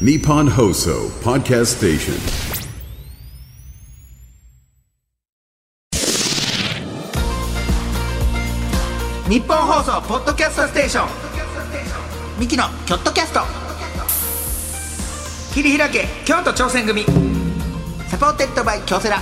Nippon Hoso Podcast Station. 日本放送ポッドキャストステーションミキのキョットキャスト切り開け京都挑戦組サポーテッドバイ京セラ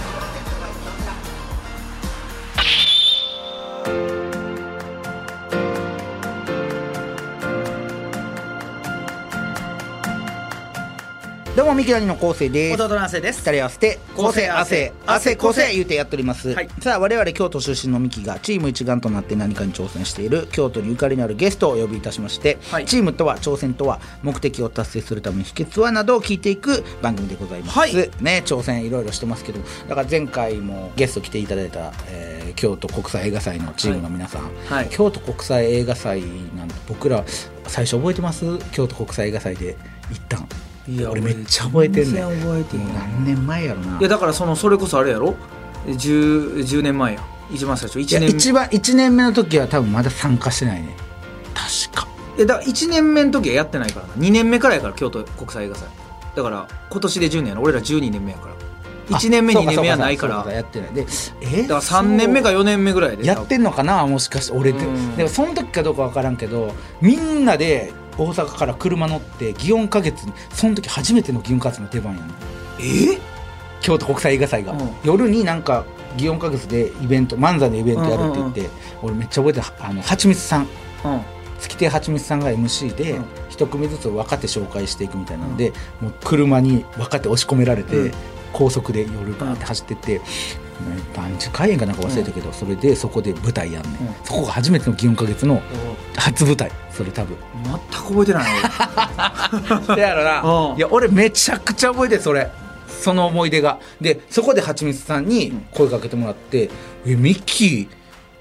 どうもミキの兄の昴生です弟の汗です二人合わせて構成汗汗構成言うてやっております、はいさあ我々京都出身のミキがチーム一丸となって何かに挑戦している京都にゆかりのあるゲストをお呼びいたしまして、はいチームとは挑戦とは目的を達成するための秘訣はなどを聞いていく番組でございます、はいね挑戦いろいろしてますけどだから前回もゲスト来ていただいた、えー京都国際映画祭のチームの皆さん、はい京都国際映画祭なんて僕ら最初覚えてます京都国際映画祭で一旦いや俺めっちゃ覚えてんねん全然覚えてないもう何年前やろないやだからそのそれこそあれやろ 10, 10年前や一番最初いや1年一番1年目の時は多分まだ参加してないね確かえだから1年目の時はやってないからな2年目からやから京都国際映画祭だから今年で10年やろ俺ら12年目やから1年目あ2年目はないそかうそうらそうだやってないでえから3年目か4年目ぐらいでやってんのかなもしかして俺ってうんでもその時かどうか分からんけどみんなで大阪から車乗って祇園花月にその時初めての祇園花月の出番やねえ京都国際映画祭が、うん夜になんか祇園花月でイベント漫才のイベントやるって言って、俺めっちゃ覚えてるあのはちみつさんうん月亭はちみつさんが MC でうん一組ずつ若手紹介していくみたいなので、もう車に若手押し込められて、うん高速で夜バーって走ってって、何時開演かなんか忘れたけど、それでそこで舞台やんね、うんそこが初めての祇園花月の初舞台それ多分全く覚えてないな 俺そやろな、うんいや俺めちゃくちゃ覚えてるそれその思い出がでそこではちみつさんに声かけてもらって「えミッキーっ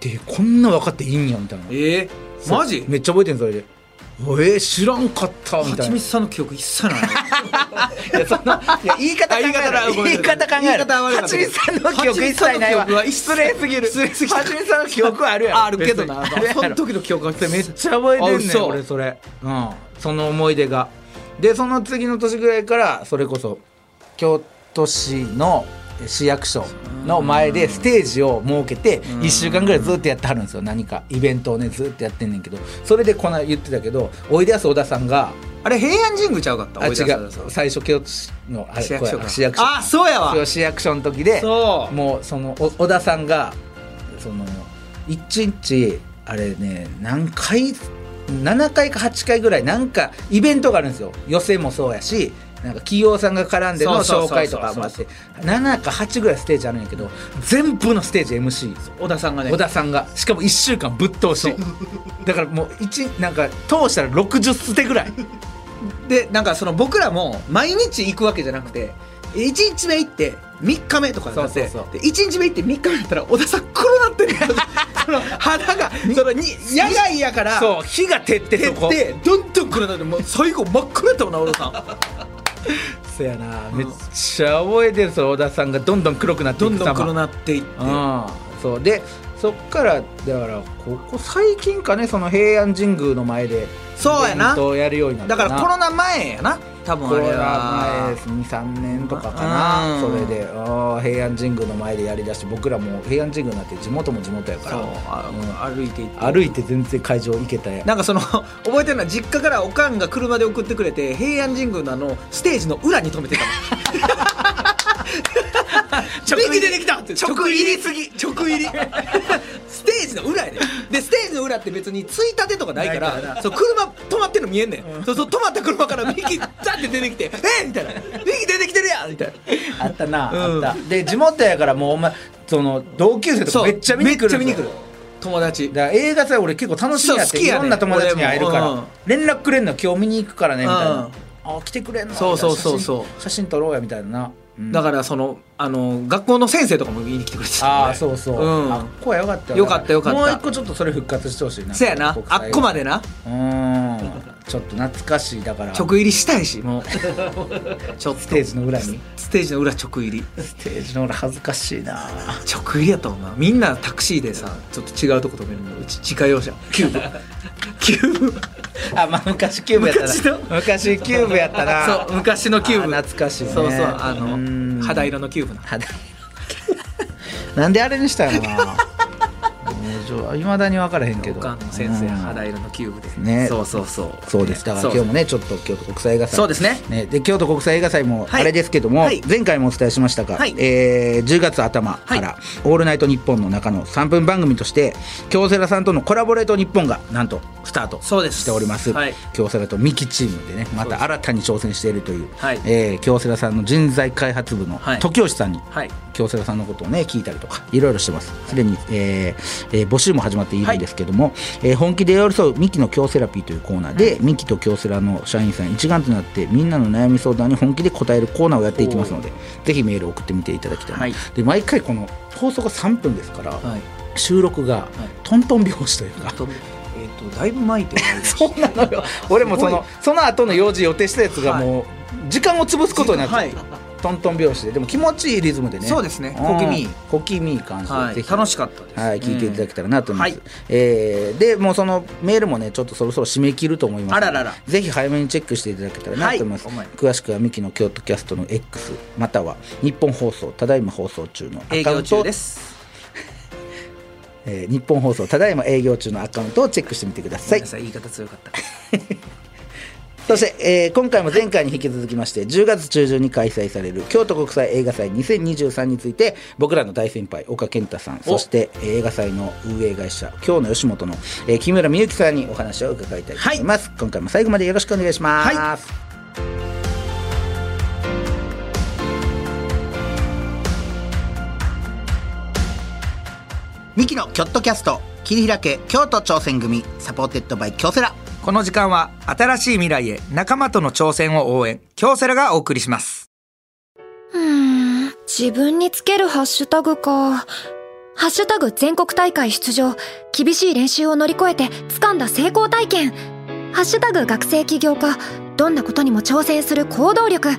てこんな若手いいんや」みたいなえー、マジめっちゃ覚えてるそれで「おえー知らんかった」みはたいちなみつさんの記憶一切ないいやそんないや言い方考えあろ言い方言い方考だ言えいろ方は悪かはっちたみけつどさんの記憶一切ないわはちみつさんの記憶は一切失礼すぎる失礼すぎるはちみつさんの記憶 はあるやろあるけどな別にあるや本ろ時の記憶がめっちゃ覚えてんねあん嘘俺それうんその思い出がでその次の年ぐらいからそれこそ京都市の市役所の前でステージを設けて1週間ぐらいずっとやってはるんですよ何かイベントをねずっとやってんねんけどそれでこの言ってたけどおいでやす小田さんがあれ平安神宮ちゃうかったあ違おいでやす小う田さん最初京都市のあれ市役所かこれ市役所あそうやわそう市役所の時でそうもうそのお小田さんがその一日あれね何回7回か8回ぐらいなんかイベントがあるんですよ寄せもそうやしなんか企業さんが絡んでのそ紹うそうそうそう介とかもあって7か8ぐらいステージあるんやけど全部のステージ MC 小田さんがね小田さんがしかも1週間ぶっ通しだからもう一なんか通したら60ステぐらいでなんかその僕らも毎日行くわけじゃなくて1日目行って3日目とかになっそてうそうそうで1日目行って3日目だったら小田さん黒な ってるその肌がそのに野外やからそう火が照ってそ減こってどんどん黒なってもう最後真っ黒やったもんな小 田さんそやな、うんめっちゃ覚えてるそ小田さんがどんどん黒くなっていどくんど様ん黒なっていってうんそうでそっからだからここ最近かねその平安神宮の前でそうやなイベントをやるようになっただなからコロナ前やな多分コあれロナ前は23年とかかなうそんれであー平安神宮の前でやりだして僕らも平安神宮なんて地元も地元やかそうあ歩いていってら歩いて全然会場行けたやんなんかその 覚えてるのは実家からおかんが車で送ってくれて平安神宮のあのステージの裏に止めてたの 直入りミキ出てきたって直入りすぎ直入り ステージの裏やででステージの裏って別についたてとかないからないからそう車止まってるの見えんねん、そうそう止まった車からミキザって出て きて「えみたいな「ミキ出てきてるやん!」みたいなあったな、うんあったで地元やからもうお前その同級生とかめっちゃ見に来るんですよめっちゃ見に来る友達だから映画祭俺結構楽しみやって、そう好きやいねろんな友達に会えるから、俺も連絡くれんの今日見に行くからねみたいな、うんあ来てくれんのそうそうそうみたいな写真そう写真撮ろうやみたいな、うんだからそのあの学校の先生とかも見に来てくれてたああそうそう、うんあっこはよかったよかったよかったもう一個ちょっとそれ復活してほしいな せやなあっこまでなうーんちょっと懐かしいだから直入りしたいしもうちょっとステージの裏に ステージの裏直入りステージの俺恥ずかしいな直入りやったもんなみ ん なタクシーでさちょっと違うとこ止めるのうち自家用車キューブキューブあまあ昔キューブやったな昔の昔キューブやったなそう昔のキューブあ懐かしいねそうそうあうのん肌色のキューブな肌色なんであれにしたんやろ ないまだに分からへんけど岡野先生うん肌色のキューブですねそうそうそうそうですだから今日もねちょっと京都国際映画祭そうですねねで京都国際映画祭もはいあれですけども、はい前回もお伝えしましたが、はいえー10月頭から、はいオールナイトニッポン」の中の3分番組として京セラさんとのコラボレート日本がなんとスタートそうですしておりますはい京セラとミキチームでねまた新たに挑戦しているというはいえー京セラさんの人材開発部のはい時吉さんにはい京セラさんのことをね聞いたりとかいろいろしてますすでに、えーえー募集も始まっているんですけども、えー本気で寄り添うミキの京セラピーというコーナーで、ミキと京セラの社員さん一丸となってみんなの悩み相談に本気で答えるコーナーをやっていきますのでぜひメールを送ってみていただきたいな、はいで毎回この放送が3分ですから、はい収録がトントン拍子というか、あとえっとだいぶ巻いても らいましたそうなのよ俺もそのその後の用事予定したやつがもう時間を潰すことになって、はいトントン拍子ででも気持ちいいリズムでねそうですねん小気味いい小気味いい感じで、はいぜひ楽しかったですはい聞いていただけたらなと思います、うんはいえーでもうそのメールもねちょっとそろそろ締め切ると思いますのであらららぜひ早めにチェックしていただけたらなと思います、はいお前 詳しくはミキの京都キャストの X または日本放送ただいま放送中のアカウ営ント業中ですえー日本放送ただいま営業中のアカウントをチェックしてみてくだごさめんいなさい言い方強かったそして、えー今回も前回に引き続きまして、10月中旬に開催される京都国際映画祭2023について、僕らの大先輩、岡健太さん、そしてえー映画祭の運営会社、京の吉本の、えー木村美幸さんにお話を伺いたいと思います。今回も最後までよろしくお願いします。はミキのキョットキャスト切り開け京都挑戦組サポーテッドバイ京セラこの時間は新しい未来へ仲間との挑戦を応援京セラがお送りしますうーん自分につけるハッシュタグか。ハッシュタグ全国大会出場。厳しい練習を乗り越えて掴んだ成功体験。ハッシュタグ学生起業家。どんなことにも挑戦する行動力。ハ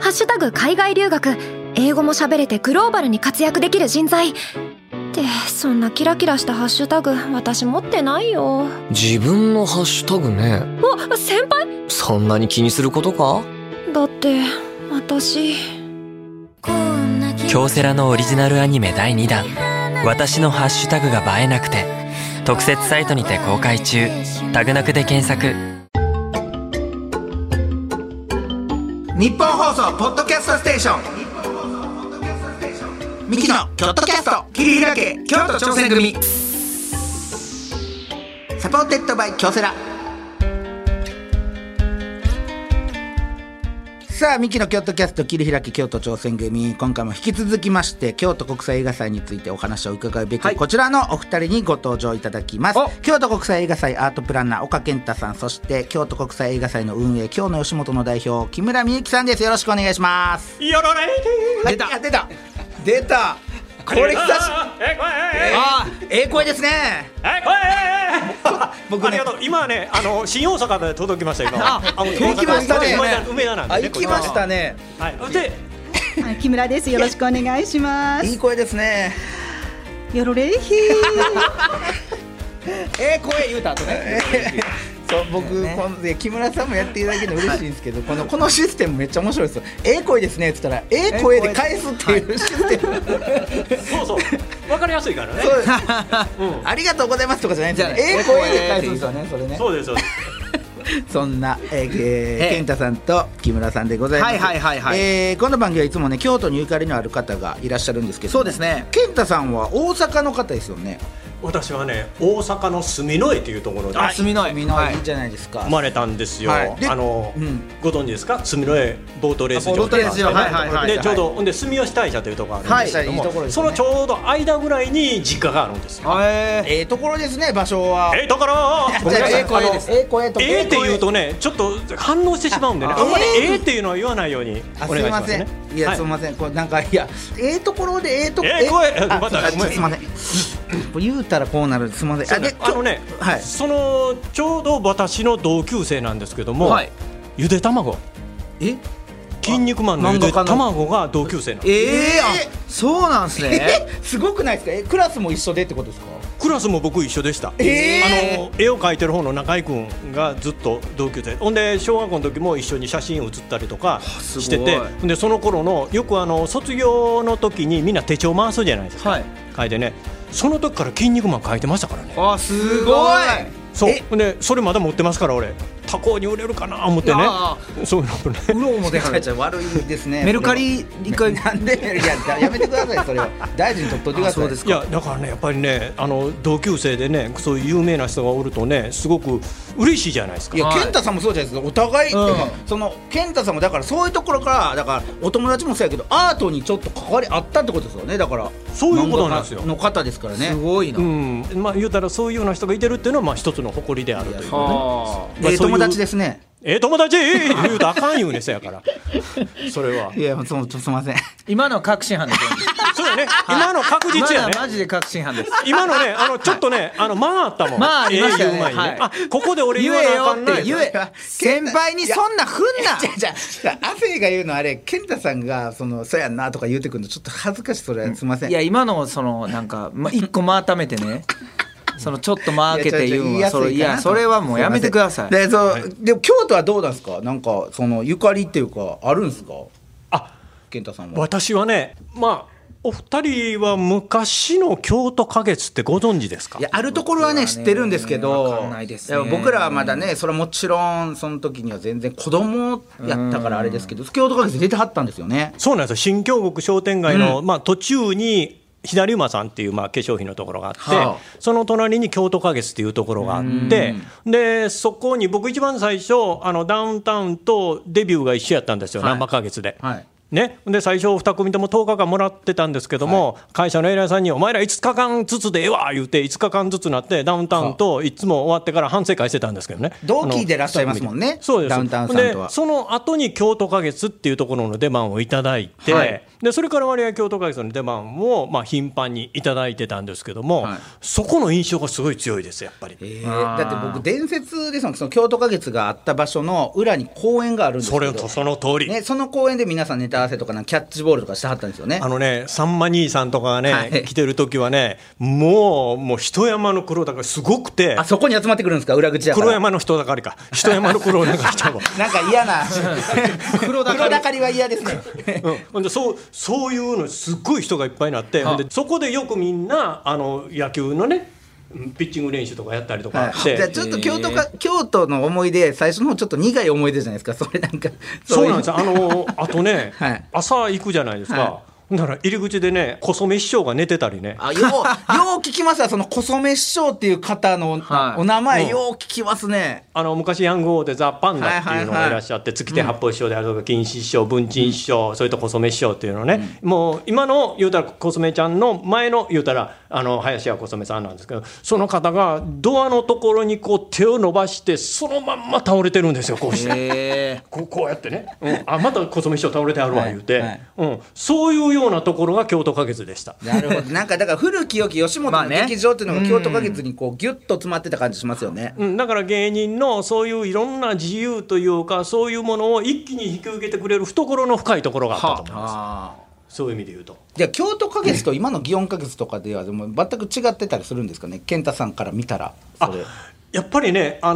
ッシュタグ海外留学。英語も喋れてグローバルに活躍できる人材。って、そんなキラキラしたハッシュタグ、私持ってないよ。自分のハッシュタグねあ、先輩そんなに気にすることかだって、私。京セラのオリジナルアニメ第2弾「私のハッシュタグが映えなくて」特設サイトにて公開中タグなくで検索日本放送ポッドキャストステーションミキの京都キャスト切り開け京都挑戦組サポーテッドバイ京セラさあミキの京都キャスト切り開き京都挑戦組今回も引き続きまして京都国際映画祭についてお話を伺うべく、はいこちらのお二人にご登場いただきますお京都国際映画祭アートプランナー岡健太さんそして京都国際映画祭の運営京の吉本の代表木村美幸さんですよろしくお願いしますよろれ出たあ出た出たこれ久しえこえあええ声ですねえこえ僕ありがとう今はねあの新大阪まで届きました今あの行きましたね梅田梅田なんであね行きましたねねはいではい、木村です。よろしくお願いしまいいす。声ですねよろれひ。ええ声言うた後ね。そう僕、こので木村さんもやっていただけるの嬉しいんですけど、このこのシステムめっちゃ面白いですよ。ええ声ですねって言ったらええ声で返すっていうシステム。そうそうわかりやすいからねそうですありがとうございますとかじゃないんですよね。ええ声で返すんですよね。それね。そうですそうですそんな、えーえーええ健太さんと木村さんでございまはす。いはいはいはいえーこの番組はいつもね京都にゆかりのある方がいらっしゃるんですけど、そうですね健太さんは大阪の方ですよね。私はね大阪の住之江というところであ住の江みんないいいじゃないですか。生まれたんですよ、はいであの、うんご存知ですか住之江ボートレース場あボートレース場はいはいはいでちょうどほんで住吉大社というところがあるんですけども、はいいいところですそねのちょうど間ぐらいに実家があるんですよえええところですね場所は。ええところじゃあええ声です。ええ声とかええって言うとねちょっと反応してしまうんでねああんまりええええっていうのは言わないようにあおす願いいしまますせねん。いや、はすみません。これなんかいや、ええところでええとこええ声あまたすいませんすいません。これ言うたらこうなる。すみません。そうねあのね、今日はい。そのちょうど私の同級生なんですけども、はいゆで卵え筋肉マンのゆで漫画家の卵が同級生なんですええあそうなんですね えすごくないですか。えクラスも一緒でってことですか。クラスも僕一緒でした、えーあの絵を描いてる方の中井君がずっと同級生ほんで小学校の時も一緒に写真写ったりとかごいしててほんでその頃のよくあの卒業の時にみんな手帳回すじゃないですか、はい書いてねその時から「筋肉マン」書いてましたからねあすごいそうえほんでそれまだ持ってますから俺他校に売れるかな思ってねあそういうのもねうろうもではめるちゃ悪いですねメルカリ一回なんでいやだやめてくださいそれは大事に取っといてくださいあそうですいやだからねやっぱりねあの同級生でねそういう有名な人がおるとねすごく嬉しいじゃないですかいやはい健太さんもそうじゃないですかお互い、うんでもその健太さんもだからそういうところからだからお友達もそうやけどアートにちょっと関わりあったってことですよねだからそういうことなんですよ漫画家の方ですからねすごいな、うんまあ言うたらそういうような人がいてるっていうのはまあ一つの誇りであるというはええそういう友達ですねええ友達 言うとあかん言うねせやからそれはいやそのちょすみま せん今のは確信犯 ですそ うだね今の確ま実やだねマジで確信犯です今のねあのちょっとねあの間あったもん間ありましたよねええ言う前にはあここで俺言言わえよなあかんっなてい言え先輩にそんなふんなじゃじゃ亜生が言うのあれ健太さんがそのそうやんなとか言うてくるのちょっと恥ずかしいそれはすみませんいや今のそのなんかま一個真改めてねそのちょっと間開けて言うのいやはちょそっとれ言いいやすいかなやそれはもうやめてくださいでそう、でも京都はどうなんですかなんかそのゆかりっていうかあるんですかあ健太さんは私はねまあお二人は昔の京都花月ってご存知ですかいやあるところはね知ってるんですけどわかんないですねや僕らはまだねそれはもちろんその時には全然子供やったからあれですけど京都か月出てはったんですよねそうなんですよ新京極商店街の、まあ、途中に左馬さんっていう、まあ、化粧品のところがあって、はあその隣に京都花月っていうところがあってでそこに僕一番最初あのダウンタウンとデビューが一緒やったんですよ、はい難波花月で。はいね、で最初2組とも10日間もらってたんですけども、会社の偉いさんに「お前ら5日間ずつでええわ」言うて5日間ずつなってダウンタウンといつも終わってから反省会してたんですけどね同期でいらっしゃいますもんねそうですダウンタウンさんとはでその後に京都花月っていうところの出番をいただいて、はいでそれから割合京都花月の出番をまあ頻繁にいただいてたんですけども、はいそこの印象がすごい強いですやっぱり、えーだって僕伝説ですもんその京都花月があった場所の裏に公園があるんですけそどれとその通り、ね、その公園で皆さんネタ合わせとかなんかキャッチボールとかしてはったんですよねあのね、さんま兄さんとかがね、はい来てる時はね、もう、もう人山の黒だからすごくてあ、そこに集まってくるんですか裏口やから黒山の人だかりか、人山の黒だかりか も。なんか嫌な黒だかり黒だかりは嫌ですね うん、ほんでそうそういうのすっごい人がいっぱいになってほんでそこでよくみんなあの野球のねうんピッチング練習とかやったりとかしじて、ゃあちょっと京都か京都の思い出最初の方ちょっと苦い思い出じゃないですかそれなんかそういなんですよあのあとね、 はい朝行くじゃないですか、はほんなら入り口でね小染師匠が寝てたりねあようよう聞きますわその小染師匠っていう方のはいお名前、うんよう聞きますねあの昔ヤング王でザ・パンダっていうのはいはいはがいいらっしゃって、月亭八方師匠であるとか金獅師匠文珍師匠、それと小染師匠っていうのね、もう今の言うたら小染ちゃんの前の言うたらあの林家小染さんなんですけどその方がドアのところにこう手を伸ばしてそのまんま倒れてるんですよこうして。こうこうやってね、うん、あまた小染師匠倒れてあるわ言うて、はいうん、そういうようなところが京都花月でした。 なるほどなんかだから古き良き吉本まあのね劇場っていうのが京都花月にこうギュッと詰まってた感じしますよね、うん、だから芸人のそういういろんな自由というかそういうものを一気に引き受けてくれる懐の深いところがあったと思いますそういう意味で言うとじゃあ京都花月と今の祇園花月とかではでも全く違ってたりするんですかね健太さんから見たらそれやっぱりねあ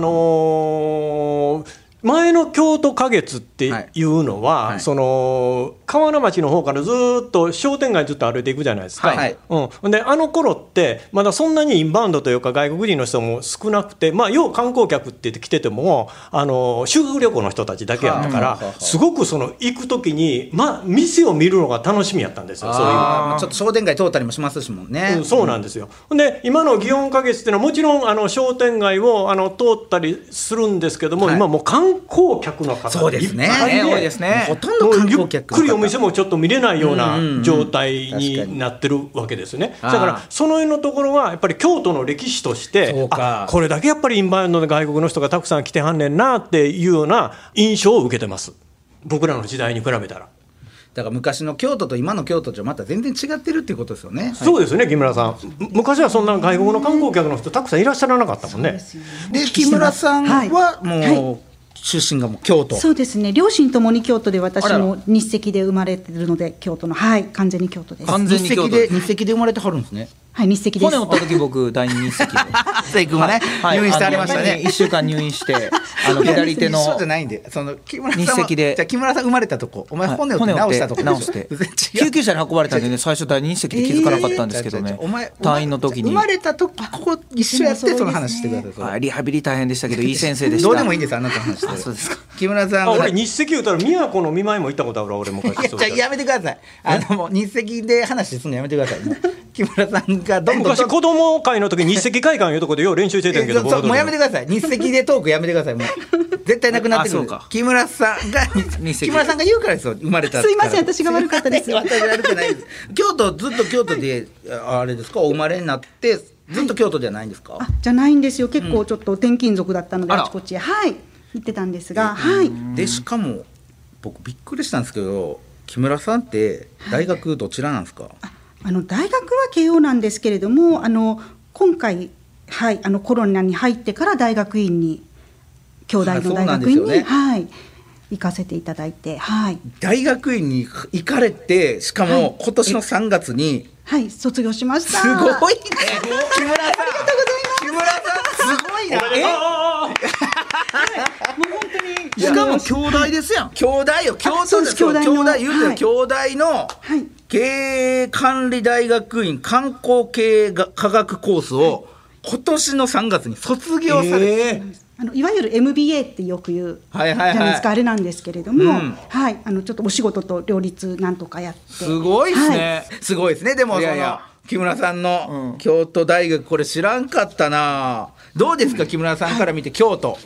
のー前の京都花月っていうのは、はいはいその河原町の方からずーっと商店街ずっと歩いていくじゃないですか、はいうん、であの頃ってまだそんなにインバウンドというか外国人の人も少なくてまあ要観光客って言って来ててもあの修学旅行の人たちだけやったから、はいはいはいすごくその行く時にまあ店を見るのが楽しみやったんですよそういうあーまあちょっと商店街通ったりもしますしもんね、うん、そうなんですよ。で今の祇園花月っていうのはもちろんあの商店街をあの通ったりするんですけども、はい今もう観光客の方そうですねいっぱいね多いですねほとんど観光客もうゆっくりの方お店もちょっと見れないようなうんうんうん状態確かにになってるわけですね。あーだからその辺のところはやっぱり京都の歴史としてそうかあこれだけやっぱりインバウンドで外国の人がたくさん来てはんねんなっていうような印象を受けてます。僕らの時代に比べたら。だから昔の京都と今の京都じゃまた全然違ってるっていうことですよね。そうですね、木村さん。む昔はそんな外国の観光客の人たくさんいらっしゃらなかったもんね。で木村さんはもう、出身がもう京都。そうですね両親ともに京都で私あららも日赤で生まれてるので京都のはい完全に京都です完全に日京赤都で日赤で生まれてはるんですね。はい、日赤です。骨折った時僕第二日赤で瀬井君もね、入院してありましたあのね一。週間入院して、あの左手の一緒じゃないんで、その木村さんは日赤でじゃあ木村さん生まれたとこ、お前はい骨折って直したとこでょ、直して 全救然違急う車に運ばれたんでね、最初第二席で気づかなかったんですけどえーね違う違う違うお前、退院の時に生。まれたとこここ一緒やってその話してくださいそれ。はいリハビリ大変でしたけどいい先生でした。どうでもいいんですあなたの話あそうですか。木村さんあが俺日赤言うたら宮古の見舞いも行ったことあるわ俺もいやじゃあやめてくださいあのもう日赤で話するのやめてくだ さいもう木村さんがどんどん昔どんどん子供会の時日赤会館いうとこでよう練習してたんやけどそうそうもうやめてくだださい日赤でトークやめてくださいもう絶対なくなってくるあそうか木村さん が日赤木村さんが言うからですよ生まれたすいません私が悪かったですすいません私悪くないです京都ずっと京都でああれですかお生まれになってずっと京都じゃないんですか、あじゃないんですよ。結構ちょっと転勤族だったので、あらあちこちへはい行ってたんですが、はい。でしかも僕びっくりしたんですけど木村さんって大学どちらなんですか、あの大学は慶応なんですけれども、あの今回はいあのコロナに入ってから大学院に京大の大学院はいに、そうなんですよねはい行かせていただいて、はい大学院に行かれてしかも今年の3月にはい卒業しました。すごいねありがとうござい木村さんます。木村さんすごいなしかも兄弟ですやん。京大よ京そ都でうですすよ京大京の大言うてるはい京大のはい経営管理大学院観光経営が科学コースを今年の3月に卒業されて、あのいわゆる MBA ってよく言うじゃはいはいはいないですかあれなんですけれども、うんはいあのちょっとお仕事と両立なんとかやってすごいですね、はすごいですねでもそのいやいや木村さんうのん京都大学これ知らんかったなどうですか木村さんから見て京都、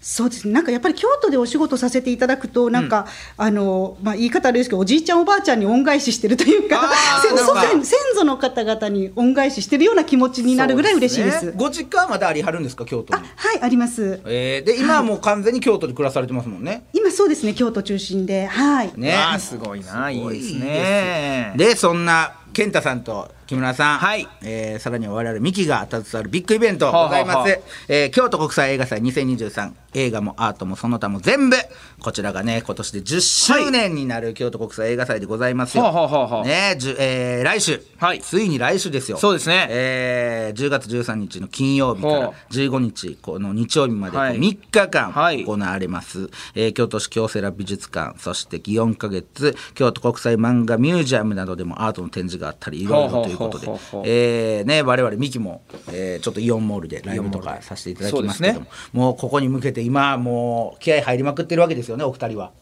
そうですねなんかやっぱり京都でお仕事させていただくとなんか、あのまあ言い方あれですけどおじいちゃんおばあちゃんに恩返ししてるというかあーせなんか祖先先祖の方々に恩返ししてるような気持ちになるぐらい嬉しいですそうねご実家はまだありはるんですか京都あにはいありますえー、で今はもう完全に京都で暮らされてますもんね。今そうですね京都中心ではい、ねあすごいな、いいですね。でそんな健太さんと木村さん、はいえーさらには我々ミキが携わるビッグイベントございます、はあはあはあえー京都国際映画祭2023映画もアートもその他も全部こちらがね今年で10周年になる京都国際映画祭でございますよ、はあはあはあねじゅえー来週、はいついに来週ですよそうですねえー10月13日の金曜日かはらあ15日この日曜日まではい3日間はい行われます、えー京都市京セラ美術館そして祇園花月京都国際漫画ミュージアムなどでもアートの展示があったりいろいろということでほうほうほうほうえーね我々ミキも、えーちょっとイオンモールでライブとかさせていただきますけども、そうでもうここに向けて今もう気合入りまくってるわけですよねお二人は。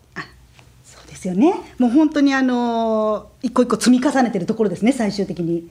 そうですよねもう本当にあのー一個一個積み重ねてるところですね最終的に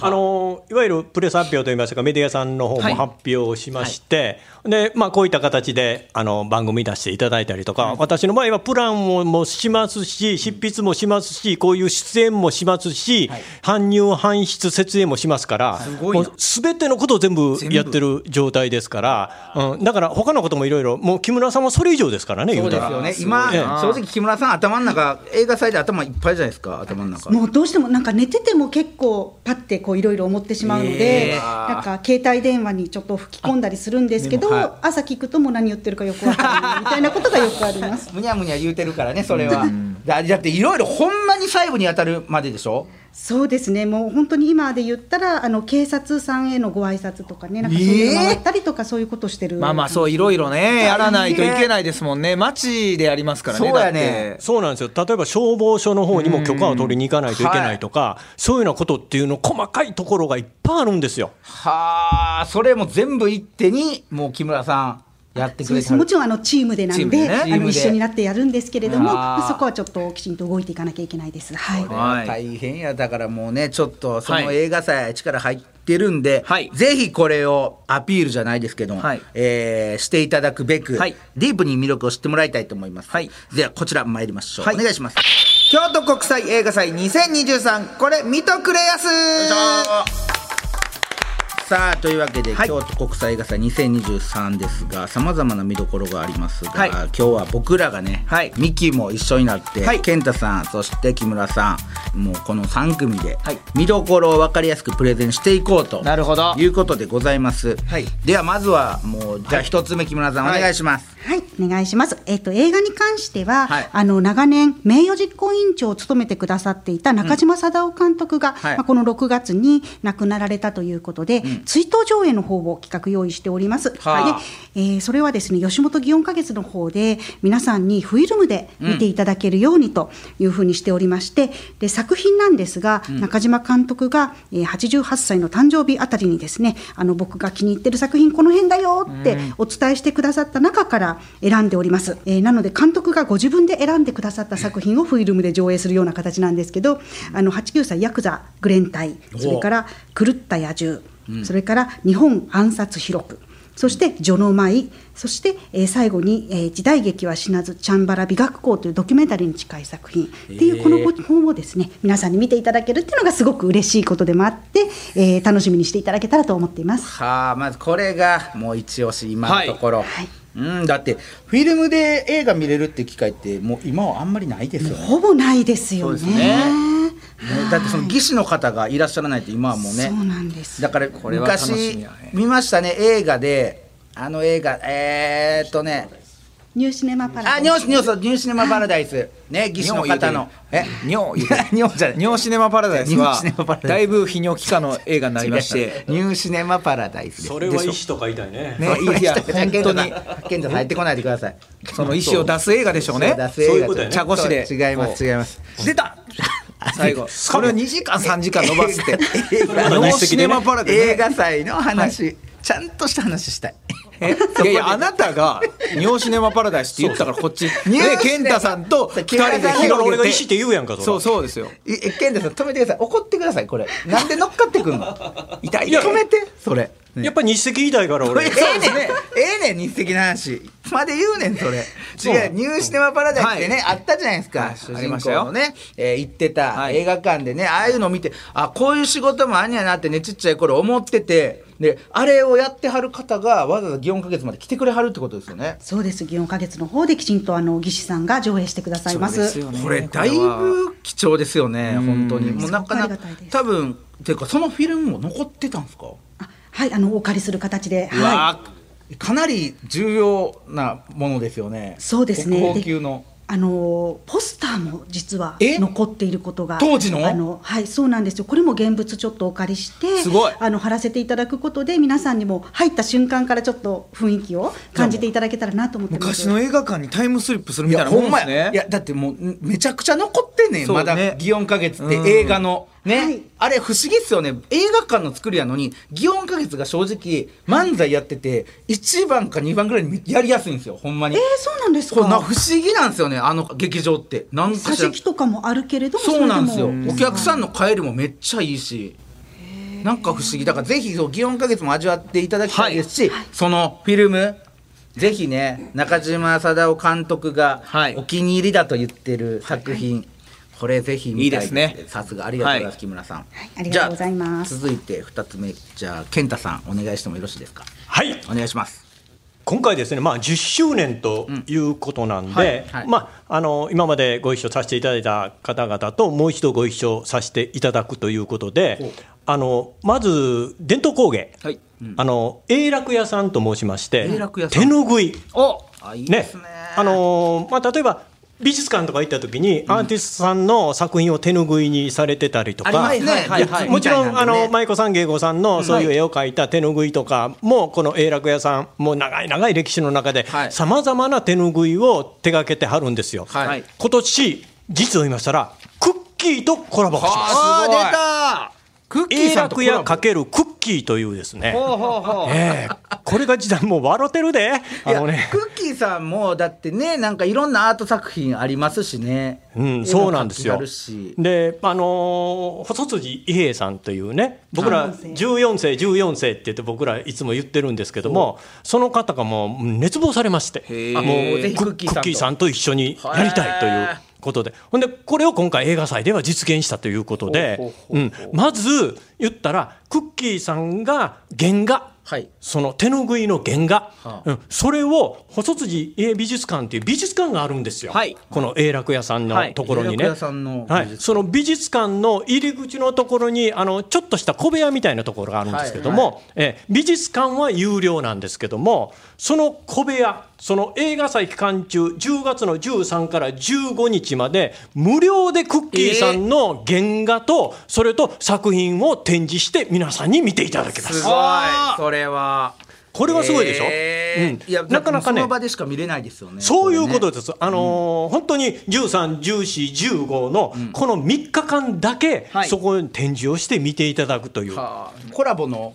あのいわゆるプレス発表といいますかメディアさんの方もはい発表をしまして、でまあ、こういった形であの番組出していただいたりとか、私の場合はプランももしますし執筆もしますしこういう出演もしますし、搬入搬出設営もしますからごいなすべてのことを全部やってる状態ですから、うん、だから他のこともいろいろもう木村さんはそれ以上ですからねそうで言すたらよね今ええ正直木村さん頭の中映画祭で頭いっぱいじゃないですか頭の中。もうどうしてもなんか寝てても結構パッてこういろいろ思ってしまうので、なんか携帯電話にちょっと吹き込んだりするんですけど、あでもはい朝聞くともう何言ってるかよくわからないみたいなことがよくありま すむにゃむにゃ言うてるからねそれはだだっていろいろほんまに細部に当たるまででしょそうですねもう本当に今で言ったらあの警察さんへのご挨拶とかねなんかそういうの回ったりとかそういうことしてる、まあまあそういろいろねやらないといけないですもんね。街でやりますからね。そうやねだってそうなんですよ例えば消防署の方にも許可を取りに行かないといけないとか、そういうようなことっていうの細かいところがいっぱいあるんですよ。はあそれも全部一手にもう木村さんやってくそうれでてすはもるちろんあのチームでなチーんムででねあチームので一緒になってやるんですけれども、あーまあそこはちょっときちんと動いていかなきゃいけないです。はい、はい大変やだからもうねちょっとそのはい映画祭力入ってるんで、はいぜひこれをアピールじゃないですけども、はいえーしていただくべく、はいディープに魅力を知ってもらいたいと思います、はいではこちら参りましょう、はいお願いします京都国際映画祭2023これ見とくれやすさあというわけで、はい京都国際映画祭2023ですがさまざまな見どころがありますが、はい今日は僕らがね、はいミキも一緒になって、はい健太さんそして木村さんもうこの3組で、はい見どころを分かりやすくプレゼンしていこうとなるほどいうことでございます、はいではまずはもうじゃあ一つ目木村さんお願いします、はい、お願いします。えっ、と映画に関しては、はいあの長年名誉実行委員長を務めてくださっていた中島貞夫監督が、はいまあこの6月に亡くなられたということで、追悼上映の方を企画用意しております。はあで、えーそれはですね吉本祇園花月の方で皆さんにフィルムで見ていただけるようにというふうにしておりまして、で作品なんですが、中島監督が、えー88歳の誕生日あたりにですねあの僕が気に入ってる作品この辺だよってお伝えしてくださった中から選んでおります、えーなので監督がご自分で選んでくださった作品をフィルムで上映するような形なんですけどあの89歳ヤクザグレン隊それから狂った野獣、それから日本暗殺ヒロプそして「序の舞」そして、えー最後に、えー時代劇は死なずチャンバラ美学校」というドキュメンタリーに近い作品っていうこの本をですね皆さんに見ていただけるっていうのがすごく嬉しいことでもあって、えー楽しみにしていただけたらと思っています。はあまずこれがもう一押し今のところ、はいうんだってフィルムで映画見れるって機会ってもう今はあんまりないですよねほぼないですよねそうですねね、だってその技師の方がいらっしゃらないと今はもうねそうなんですだかられは楽し昔みやね見ましたね映画であの映画えー、っとねニューシネマパラあニュースニュースニューシネマパラダイスね技師の方のえ尿言うてる尿じゃない尿シネマパラダイス尿はシネマパラダイスだいぶ泌尿器科の映画になりましてニューシネマパラダイスですそれは意思とか言いたいねね いや本健当太さんに健太さん入ってこないでくださいその意思を出す映画でしょうね出す映画そういうことやね茶こしで違います違います出た最後 これを2時間3時間伸ばす って映画ノーシネマパラダイス映画祭の話、ちゃんとした話したいえいやいやあなたが「ニオシネマパラダイス」って言ったからこっちニねューシネマ健太さんと2人でだから広俺げが意て思って言うやんかそううそうですよええ健太さん止めてください怒ってくださいこれなんで乗っかってくんの痛いいや止めてそれやっぱ日赤言いたいからこれ 俺ええねんええねん日赤の話いつまで言うねんそれう違う「ニューシネマパラダイス」ってね、あったじゃないですか、はい主あり人ました公よのね、えー行ってた、はい映画館でねああいうの見てあこういう仕事もあんやなってねちっちゃい頃思っててであれをやってはる方がわざわざ祇園か月まで来てくれはるってことですよねそうです祇園花月の方できちんとあの技師さんが上映してくださいますそうですよねこれだいぶ貴重ですよね本当にもうなかなかすごくありがたいです多分っていうかそのフィルムも残ってたんですかあはいあのお借りする形でうはいわーかなり重要なものですよね。そうですね。国宝級ので。あのポスターも実はえ残っていることが当時のあのはいそうなんですよこれも現物ちょっとお借りしてすごいあの貼らせていただくことで皆さんにも入った瞬間からちょっと雰囲気を感じていただけたらなと思ってま昔すの映画館にタイムスリップするみたいなもんですいやほんまやねいやだってもうんめちゃくちゃ残ってんねんそうまねだ「祇園花月」ってうん映画のね、はいあれ不思議っすよね映画館の作りやのに祇園花月が正直漫才やってて1番か2番ぐらいにやりやすいんですよほんまえにー、そうなんですこれなか不思議なんですよねあの劇場ってなんか桟しら敷とかもあるけれどもそうなんですよれもお客さんの帰りもめっちゃいいしなんか不思議だからぜひそう祇園花月も味わっていただきたいですし、そのフィルムぜひね中島貞夫監督がはいお気に入りだと言ってる作品、これぜひ見たいいいですねさすがありがとうございます、はい木村さん、ありがとうございますじゃあ続いて2つ目じゃあ健太さんお願いしてもよろしいですかはいお願いします今回ですね、まあ、10周年ということなんはいで、はいまあ、あの今までご一緒させていただいた方々ともう一度ご一緒させていただくということであのまず伝統工芸、はいあの永楽屋さんと申しまして永楽屋さん手ぬぐい。おあいいですねあのーまあ、例えば美術館とか行った時に、アーティストさんの作品を手ぬぐいにされてたりとか。ありますねはいはいはいグッズもちろん、みたあいなんでねの舞妓さん芸妓さんのそういう絵を描いた手ぬぐいとかもこの永楽屋さんもう長い長い歴史の中ではいさまざまな手ぬぐいを手がけてはるんですよ。はい今年実を言いましたらクッキーとコラボします。あー出たあクッキー永さんとコ楽ラ屋ボ×クッキーというですね。ええこれが時代もう笑ってるで。いあやのね。クッキーさんもだってねなんかいろんなアート作品ありますしね、うん、そうなんです絵のよ価値があるしで、あのー細辻伊兵衛さんというね僕ら14世14世って言って僕らいつも言ってるんですけどもその方がもう熱望されましてもうぜひククッッキキーさんとーさんと一緒にやりたいということでほんでこれを今回映画祭では実現したということでほうほうほううんまず言ったらクッキーさんが原画はいその手拭いの原画、うんそれを細辻美術館っていう美術館があるんですよ、はいこの永楽屋さんはのいところに永ね、楽屋さんの美術は館い、その美術館の入り口のところにあのちょっとした小部屋みたいなところがあるんですけども、えー美術館は有料なんですけどもその小部屋その映画祭期間中10月の13から15日まで無料でクッキーさんの原画とそれと作品を展示して皆さんに見ていただけますすご。いそれはこれはすごいでしょ、えーうんいやななかかななかかねねその場でしか見れないですよねそういうことれねです、あのー本当に13、14、15のこの3日間だけ、はいそこに展示をして見ていただくという、はあコラボの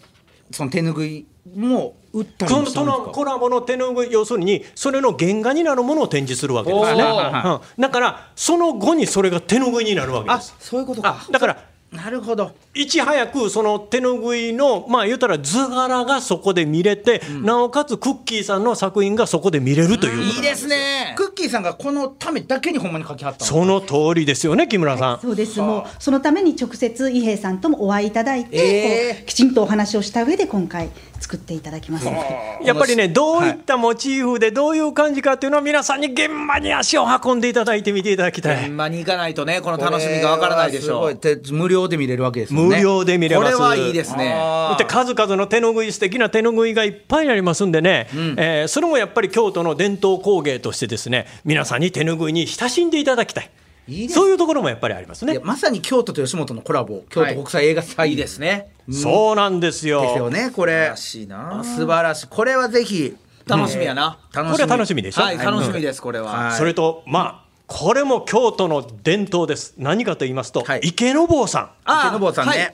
その手拭いも売ったりそものしたそんでのすかコラボの手拭い、要するに、それの原画になるものを展示するわけですね、おーうんだから、その後にそれが手拭いになるわけあです。そういうことかあだからなるほどいち早くその手拭いの、まあ、言うたら図柄がそこで見れて、なおかつクッキーさんの作品がそこで見れるということなんですね。ねクッキーさんがこのためだけにほんまに書きはったのその通りですよね、木村さん。そうですもうそのために直接伊兵衛さんともお会いいただいて、えーこうきちんとお話をした上で今回作っていただきますやっぱりね、どういったモチーフでどういう感じかっていうのは、皆さんに現場に足を運んでいただいて見ていただきたい。間に行かないとねこの楽しみがわからないでしょこれはすうごいで無料で見れるわけですよね無料で見れこまれす。はいいですねで数々の手拭い素敵な手拭いがいっぱいありますんでね、えーそれもやっぱり京都の伝統工芸としてですね皆さんに手拭いに親しんでいただきたいいいですねそういうところもやっぱりありますいねやまさに京都と吉本のコラボ京都国際映画祭いいですねそうなんですよですよねこれらしいな素晴らしいこれはぜひ楽しみやな、これは楽しみでしょ、はい楽しみですこれは、はいそれとまあこれも京都の伝統です何かと言いますと、はい池坊さんあ池坊さんね、はい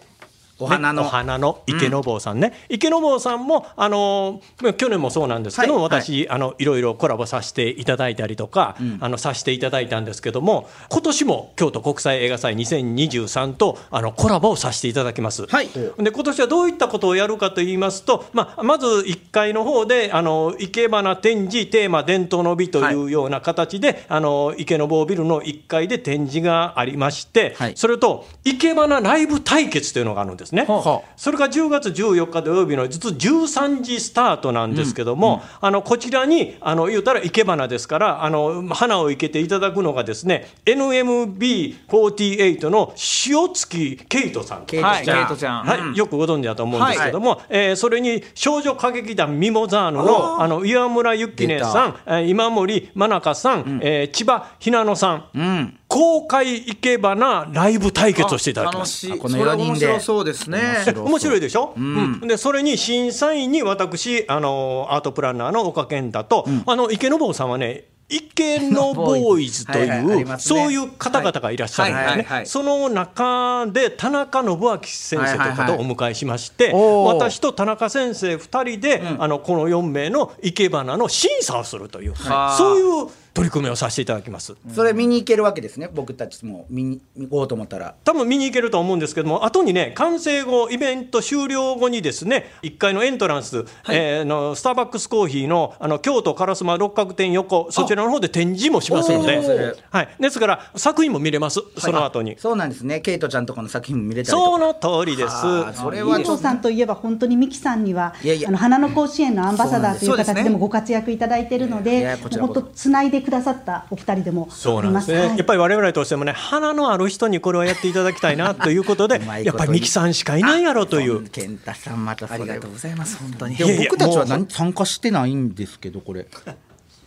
お花の、ねお花の池坊さんね、池坊さんも、あのー去年もそうなんですけども、はい私、あのいろいろコラボさせていただいたりとか、あのさせていただいたんですけども今年も京都国際映画祭2023とあのコラボをさせていただきます、はいで今年はどういったことをやるかと言いますと、まあ、まず1階の方であの生け花展示テーマ伝統の美というような形で、あの池坊ビルの1階で展示がありまして、はいそれと生け花ライブ対決というのがあるんですね。はあそれが10月14日土曜日の実は13時スタートなんですけども、あのこちらにあの言うたら生け花ですからあの花を生けていただくのがですね NMB48 の塩月ケイトさんケイトはいちゃんケイトちゃんはいよくご存知だと思うんですけども、えーそれに少女歌劇団ミモザーヌのあの岩村ゆきねさんえー今森真中さん、えー千葉ひなのさん、公開生け花ライブ対決をしていただきま楽す。しあいここのの四それ人で面白そうですね面白いでしょ、うんでそれに審査員に私あのアートプランナーの岡健太と、あの池坊さんはね池のボーイズといはいはいありう、ますねそういう方々がいらっしゃるんはいですはね、いはいはいその中で田中信明先生という方をお迎えしまして、おー私と田中先生2人で、あのこの4名の生け花の審査をするという、はいそういう取り組みをさせていただきます。それ見に行けるわけですね僕たちも見に行こうと思ったら多分見に行けると思うんですけども後にね完成後イベント終了後にですね1階のエントランス、えーのスターバックスコーヒーのあの京都烏丸六角店横そちらの方で展示もしますのおでー、はい、ですから作品も見れますその後に、そうなんですねケイトちゃんとこの作品も見れたりとそかの通りですはあそれは伊藤さんといえば本当にミキさんにはいやいやあの花の甲子園のアンバサダーといそううですね形でもご活躍いただいているのいやでいやこちらこ本そ当つないでくださったお二人でもそうなんありでますすね、はやいっぱり我々としてもね花のある人にこれはやっていただきたいなということでうまいことやっぱりミキさんしかいないやろという健太さんまたそあれりがとうございます本当にでもいやいや僕たちはもう何参加してないんですけどこれ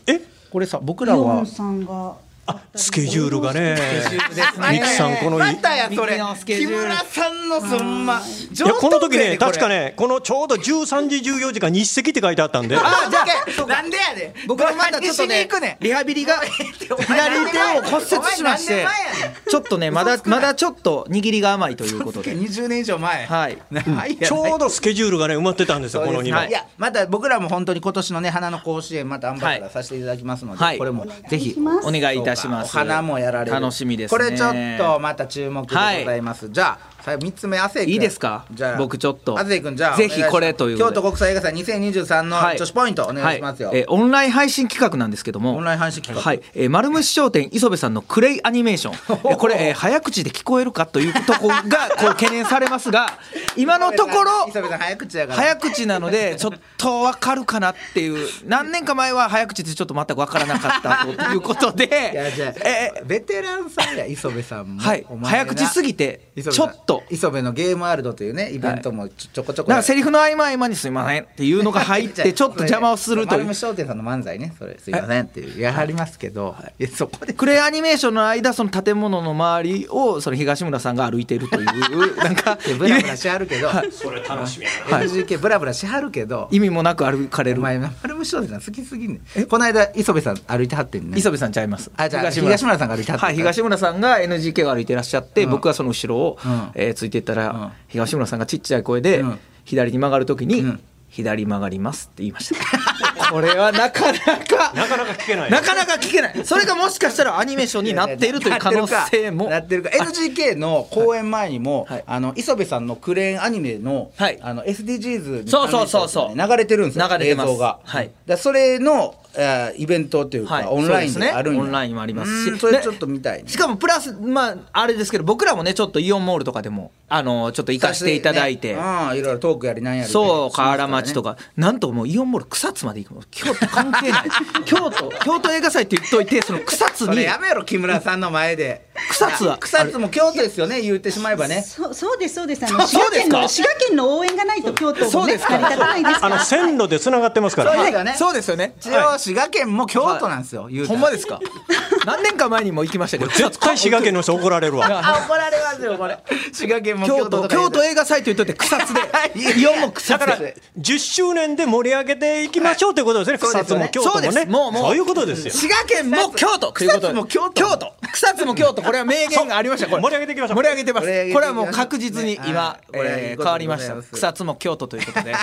えこれさ僕イらオはンさんがあスケジュールがねミミキキさんこのまいたやそミキれのスケジ木ュール村さんのそんまいいやこの時ね、確かね、このちょうど13時、14時が日赤って書いてあったんで、あじゃけなんでやねん僕はまだちょっとね何しに行くんリハビリが 左手を骨折しましてちょっとねまだまだちょっと握りが甘いということで20年以上前 はいないやちょうどスケジュールがね、埋まってたんですよ、そうこですの2はいい枚。やまた僕らも本当に今年のね花の甲子園またアンバサダーさせていただきますので、はいこれもぜひお願いしますお願いいたしまおす花もやられる楽しみですねこれちょっとまた注目でございます、じゃあ最後3つ目亜生君いいですかじゃあ僕ちょっと亜生君じゃあぜひお願いしますこれということ京で都国際映画祭2023のはい女子ポイントお願いしますよ、はいえーオンライン配信企画なんですけどもオンライン配信企画はいえー丸虫商店磯部さんのクレイアニメ ーションえーこれ、えー早口で聞こえるかというとこがこう懸念されますが 今のところ磯部さん早口やから早口なのでちょっと分かるかなっていう何年か前は早口でちょっと全く分からなかったということで いやじゃあえーベテランさんや磯部さんも、はいお前ら早口すぎて磯部さんちょっと磯部のゲームワールドというねイベントもちょちょこちょこなんかセリフの合間合間にすいませんっていうのが 入ってちょっと邪魔をするとい丸う虫商店さんの漫才ねそれすいませんっていうやはりますけど、いやそこでクレイアニメーションの間その建物の周りをその東村さんが歩いているというなんかいやブラブラしはるけど、それ楽しみやな LGK ブラブラしはるけど、意味もなく歩か れおる前丸虫商店さん好きすぎんねんこの間磯部さん歩いてはってんね磯部さんちゃいますあじゃあ東村さんが歩いてはったはい東村さんが NGK を歩いてらっしゃって、僕はその後ろを、うんえーついていったら、ん東村さんがちっちゃい声で、うん左に曲がるときに、うん左曲がりますって言いました これはなかな かなかなか聞けないなかなか聞けないそれがもしかしたらアニメーションになっているという可能性もなってるかなってるか NGK の公演前にも、はいあの磯部さんのクレーンアニメの,、はいあの SDGs にそうそうそうそう流れてるんですよ流れてます映像が、はいだからそれの、えーイベントというか、はいオンラインそうでですねあるんやオンラインもありますしうんそれちょっと見たいねしかもプラスまああれですけど僕らもねちょっとイオンモールとかでもあのちょっと行かせていただいて、ねうんいろいろトークやりなんやりそう河原町とかかなんともうイオンモール草津まで行くの京都関 係ない京都京都映画祭って言っといてその草津それにやめろ木村さんの前で草津は草津も京都ですよね言ってしまえばねそうそうですそうですあそのうそ滋う賀ですか県の滋賀県の応援がないと京都そうもねですか成り立たないですあからの線路でつながってますからそうですよねそうですよね一応滋賀県も京都なんですよ、言うたほらんまです か何年か前にも行きましたけど絶対滋賀県の人怒られるわあ怒られますよこれ滋賀県も京京都都京都へ映画祭と言っといて草 津でイオンも草だ津からで10周年で盛り上げていきましょうということですね、そうで草す津よもね京都もそうでねすもうもうそういうことですよ滋賀県も京都というこ草とで津も京都京都草津も京 都これは名言がありましたこれ盛り上げていきましょう盛り上げていきましょう盛り上げていきましょうこれはもう確実に今はい、これえー変わりましいいたことでございます草津も京都というこ とで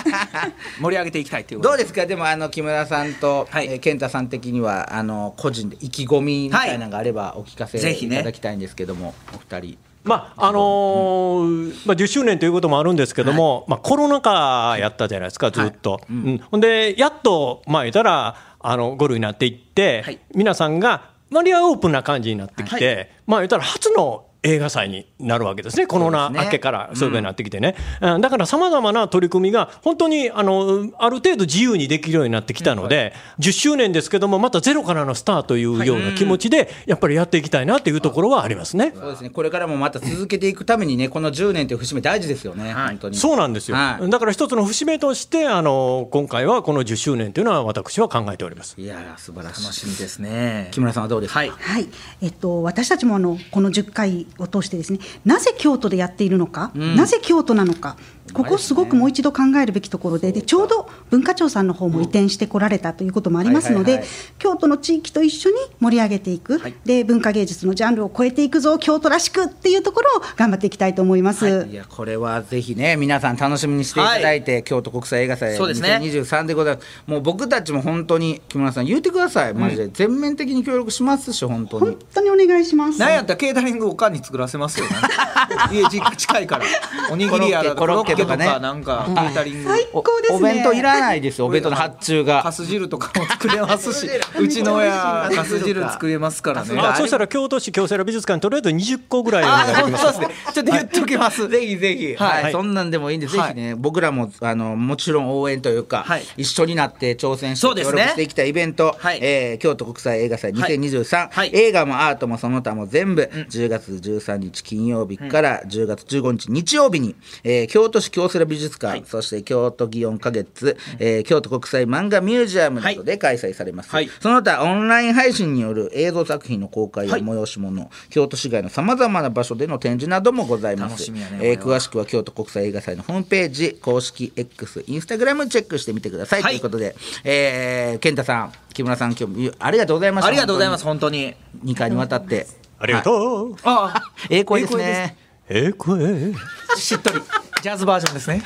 盛り上げていきたいということどうですかでもあの木村さんと、はいえー健太さん的にはあの個人で意気込みみたいなのがあればお聞かせぜひいねただきたいんですけども、お二人まああのーまあ、10周年ということもあるんですけども、まあ、コロナ禍やったじゃないですか、ずっと。うんほんで、やっと、まあ、言ったらあの5類になっていって、はい皆さんがマリアオープンな感じになってきて、まあ、言ったら初の映画祭になるわけですね、コロナそうですね明けからそういうふうになってきてね。うんだからさまざまな取り組みが、本当にあのある程度自由にできるようになってきたので、10周年ですけども、またゼロからのスターというような気持ちで、やっぱりやっていきたいなというところはありますね。そうですねこれからもまた続けていくためにねこの10年という節目大事ですよね、本当にそうなんですよ、はいだから一つの節目としてあの今回はこの10周年というのは私は考えておりますいやー素晴らしい楽しみですね木村さんはどうですか、はいはいえっと、私たちもあのこの10回を通してですねなぜ京都でやっているのか、なぜ京都なのかここすごくもう一度考えるべきところででちょうど文化庁さんの方も移転してこられたということもありますので、はいはいはい京都の地域と一緒に盛り上げていく、で文化芸術のジャンルを超えていくぞ京都らしくっていうところを頑張っていきたいと思います。いやこれはぜひね皆さん楽しみにしていただいて、京都国際映画祭そうですね2023でございますもう僕たちも本当に木村さん言ってくださいマジで、全面的に協力しますし本当本に当にお願いします。なんやったらケータリングおかんに作らせますよ、ね、 家実家近いからおにぎりやらコロッケコロッケとかねコロッケなんかケータリング最お高ですねお弁当いらないですよお弁当の発注カがス汁とかも作れます しうちの親カス汁作れますからねあそしたら京都市京セラ美術館にとりあえず20個ぐらいお願いあします そうですねちょっと言っときます、ぜひぜひ、ははいいはいそんなんでもいいんで、ぜひね、僕らもあのもちろん応援というか、はい一緒になって挑戦しそうて協ですね力していきたいイベント、はいえー京都国際映画祭2023、はい映画もアートもその他も全部、10月13日金曜日から10月15日日曜日に、えー京都市京セラ美術館、そして京都祇園花月、えー京都国際漫画ミュージアムなどで開催されます、はいその他オンライン配信による映像作品の公開や催し物、京都市外のさまざまな場所での展示などもございます楽しみやねえーこれは詳しくは京都国際映画祭のホームページ公式 X インスタグラムチェックしてみてください、はいということで、えー、健太さん木村さん今日ありがとうございましたありがとうございます本当に2回にわたってありがとう、あ栄光ですねええ声しっとりジャズバージョンですね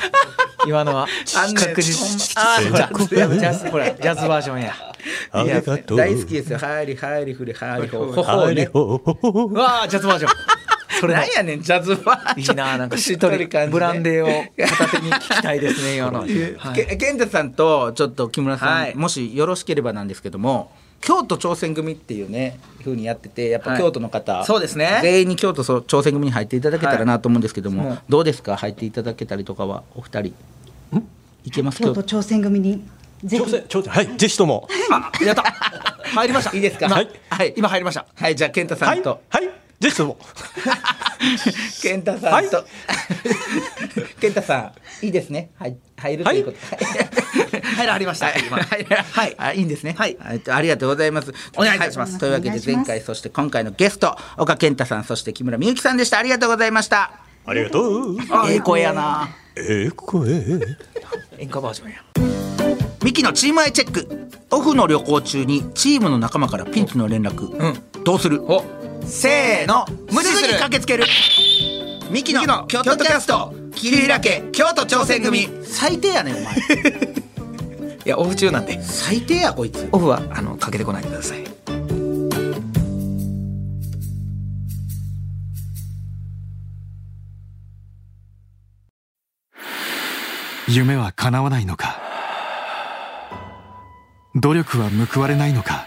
今のはあんねん確実あーじゃあジャズほらジャズバージョンやありがとう。大好きですよ。はーりはーりふりはーりほほはほいね。ほほほほうわあジャズバージョン それなんやねんジャズバーいいジョンななん かしっとりブランデーを片手に聞きたいですね今の、はいけ健太さんとちょっと木村さん、はいもしよろしければなんですけども京都朝鮮組っていうねふうにやっててやっぱはい京都の方、そうですね全員に京都そう朝鮮組に入っていただけたらなと思うんですけども、はいどうですか入っていただけたりとかはお二人いけます京都朝鮮組にぜ挑ひ戦挑戦はいぜひとも。あや った入りましたいいですかはいはい、今入りましたはいじゃあ健太さはんいと、はいぜひとも。 健太さんと、は健太さんいいですねはい入るということ 入られましたはい今はいはいあいいんですねはいありがとうございますお願いいたしますはいというわけお願でいします前回そして今回のゲスト岡健太さんそして木村美幸さんでしたありがとうございましたありがとう。ええ声やなええ声。演歌バージョンやミキのチームアイチェックオフの旅行中にチームの仲間からピンチの連絡、うどうするおせーの無視するすぐに駆けつけるミキの京都キャスト桐平家京都朝鮮組最低やね んお前いやオフ中なんで最低やこいつオフはあのかけてこないでください夢は叶わないのか努力は報われないのか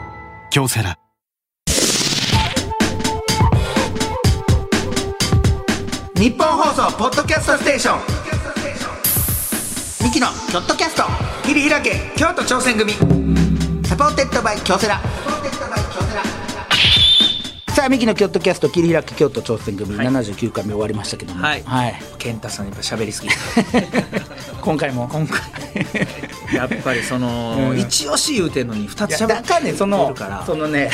京セラ日本放送ポッドキャストステーションミキのキョットキャスト桐平家京都朝鮮組サポーテッドバイ京セラさあミキの京都キャスト桐平家京都朝鮮組、79回目終わりましたけどもはいはい、健太さんやっぱ喋りすぎ 今回も今回やっぱりその、うん一押し言うてんのに二つしゃ喋べっっててるるかかららそのね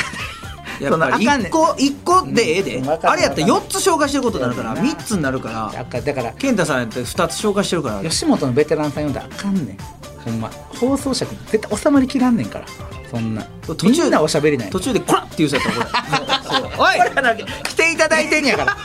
やっぱりそのあかんね一個一個でええで、うんわかるあれやったらわ四かつ紹介してることになるからそうや三なつになるからだからだから健太さんやったら二つ紹介してるから吉本のベテランさん呼んだらあかんねんほんま放送尺絶対収まりきらんねんからそんな途中みんなおしゃべりない途中で「こら!」って言う人やったらこれもうそうおい来ていただいてんやから。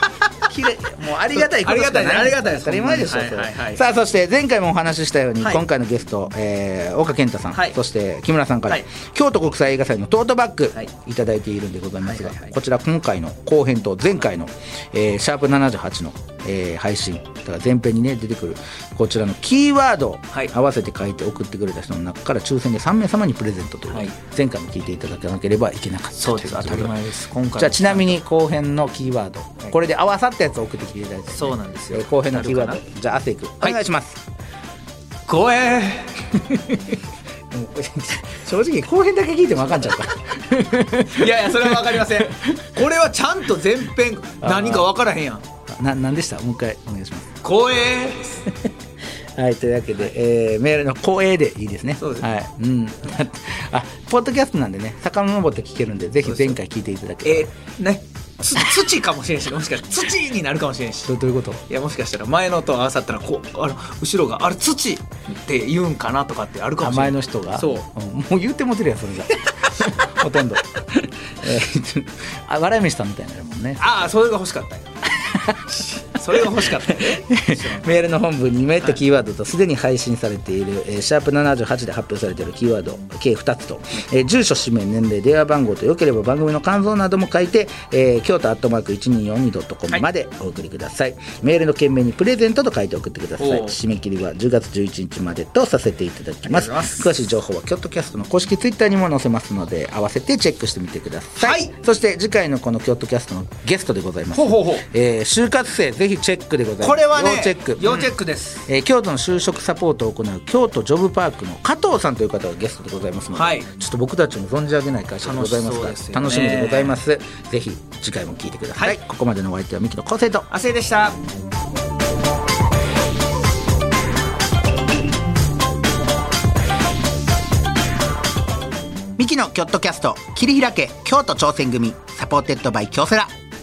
きれもうありがたいことしかないありがたいありがたい当たり前でしょ、はいそれはいはいさあそして前回もお話ししたように、はい今回のゲスト、えー、岡健太さん、はいそして木村さんから、はい京都国際映画祭のトートバッグ、はいい、ただいているんでございますが、はいはいはいこちら今回の後編と前回の、えーシャープ78の、えー配信だから前編にね出てくるこちらのキーワードをはい合わせて書いて送ってくれた人の中から抽選で3名様にプレゼントという、はい前回も聞いていただかなければいけなかったそうですとい当ことたり前です今回もじゃあちなみに後編のキーワード、いこれで合わさったやつを送ってきていただいて、そうなんですよえー後編のキーワなるードじゃあ汗いくおい願いします、 怖えもう正直後編だけ聞いても分かんちゃった いやいやそれはわかり ませんこれはちゃんと前編何か分からへんやんななんでしたもう一回お願いします怖えはいというわけで、えーメールの光栄でいいですねそうですはいうん、 あポッドキャストなんでね遡って聞けるんでぜひ前回聞いていただければえーねつ土かもしれんしもしかしたら土になるかもしれんしどどういうこといやもしかしたら前のと合わさったらこうあの後ろがあれ土って言うんかなとかってある名かもしれな前いの人がそうんもう言うてもてるやんそ れじゃほとんど、えー、あ笑い飯さんみたいになるもんねああそれが欲しかったよそれが欲しかった よメールの本文にメットキーワードとすでに配信されている、えーシャープ78で発表されているキーワード計2つと、えー住所氏名年齢電話番号とよければ番組の感想なども書いて、えー、京都アットマーク 1242.com までお送りください、メールの件名にプレゼントと書いて送ってくださいおう締め切りは10月11日までとさせていただきます詳しい情報は京都キャストの公式ツイッターにも載せますので合わせてチェックしてみてください、はいそして次回のこの京都キャストのゲストでございますほうほうほうえー就活生ぜひチェックでございますこれはね要チェック要チェックです、えー京都の就職サポートを行う京都ジョブパークの加藤さんという方がゲストでございますので、はいちょっと僕たちも存じ上げない会社でございま楽しそうですすがよね楽しみでございますぜひ次回も聞いてください、はいここまでのお相手はミキの昴生と亜生でしたキのキョットキャスト切り開け京都挑戦組サポーテッドバイ京セラ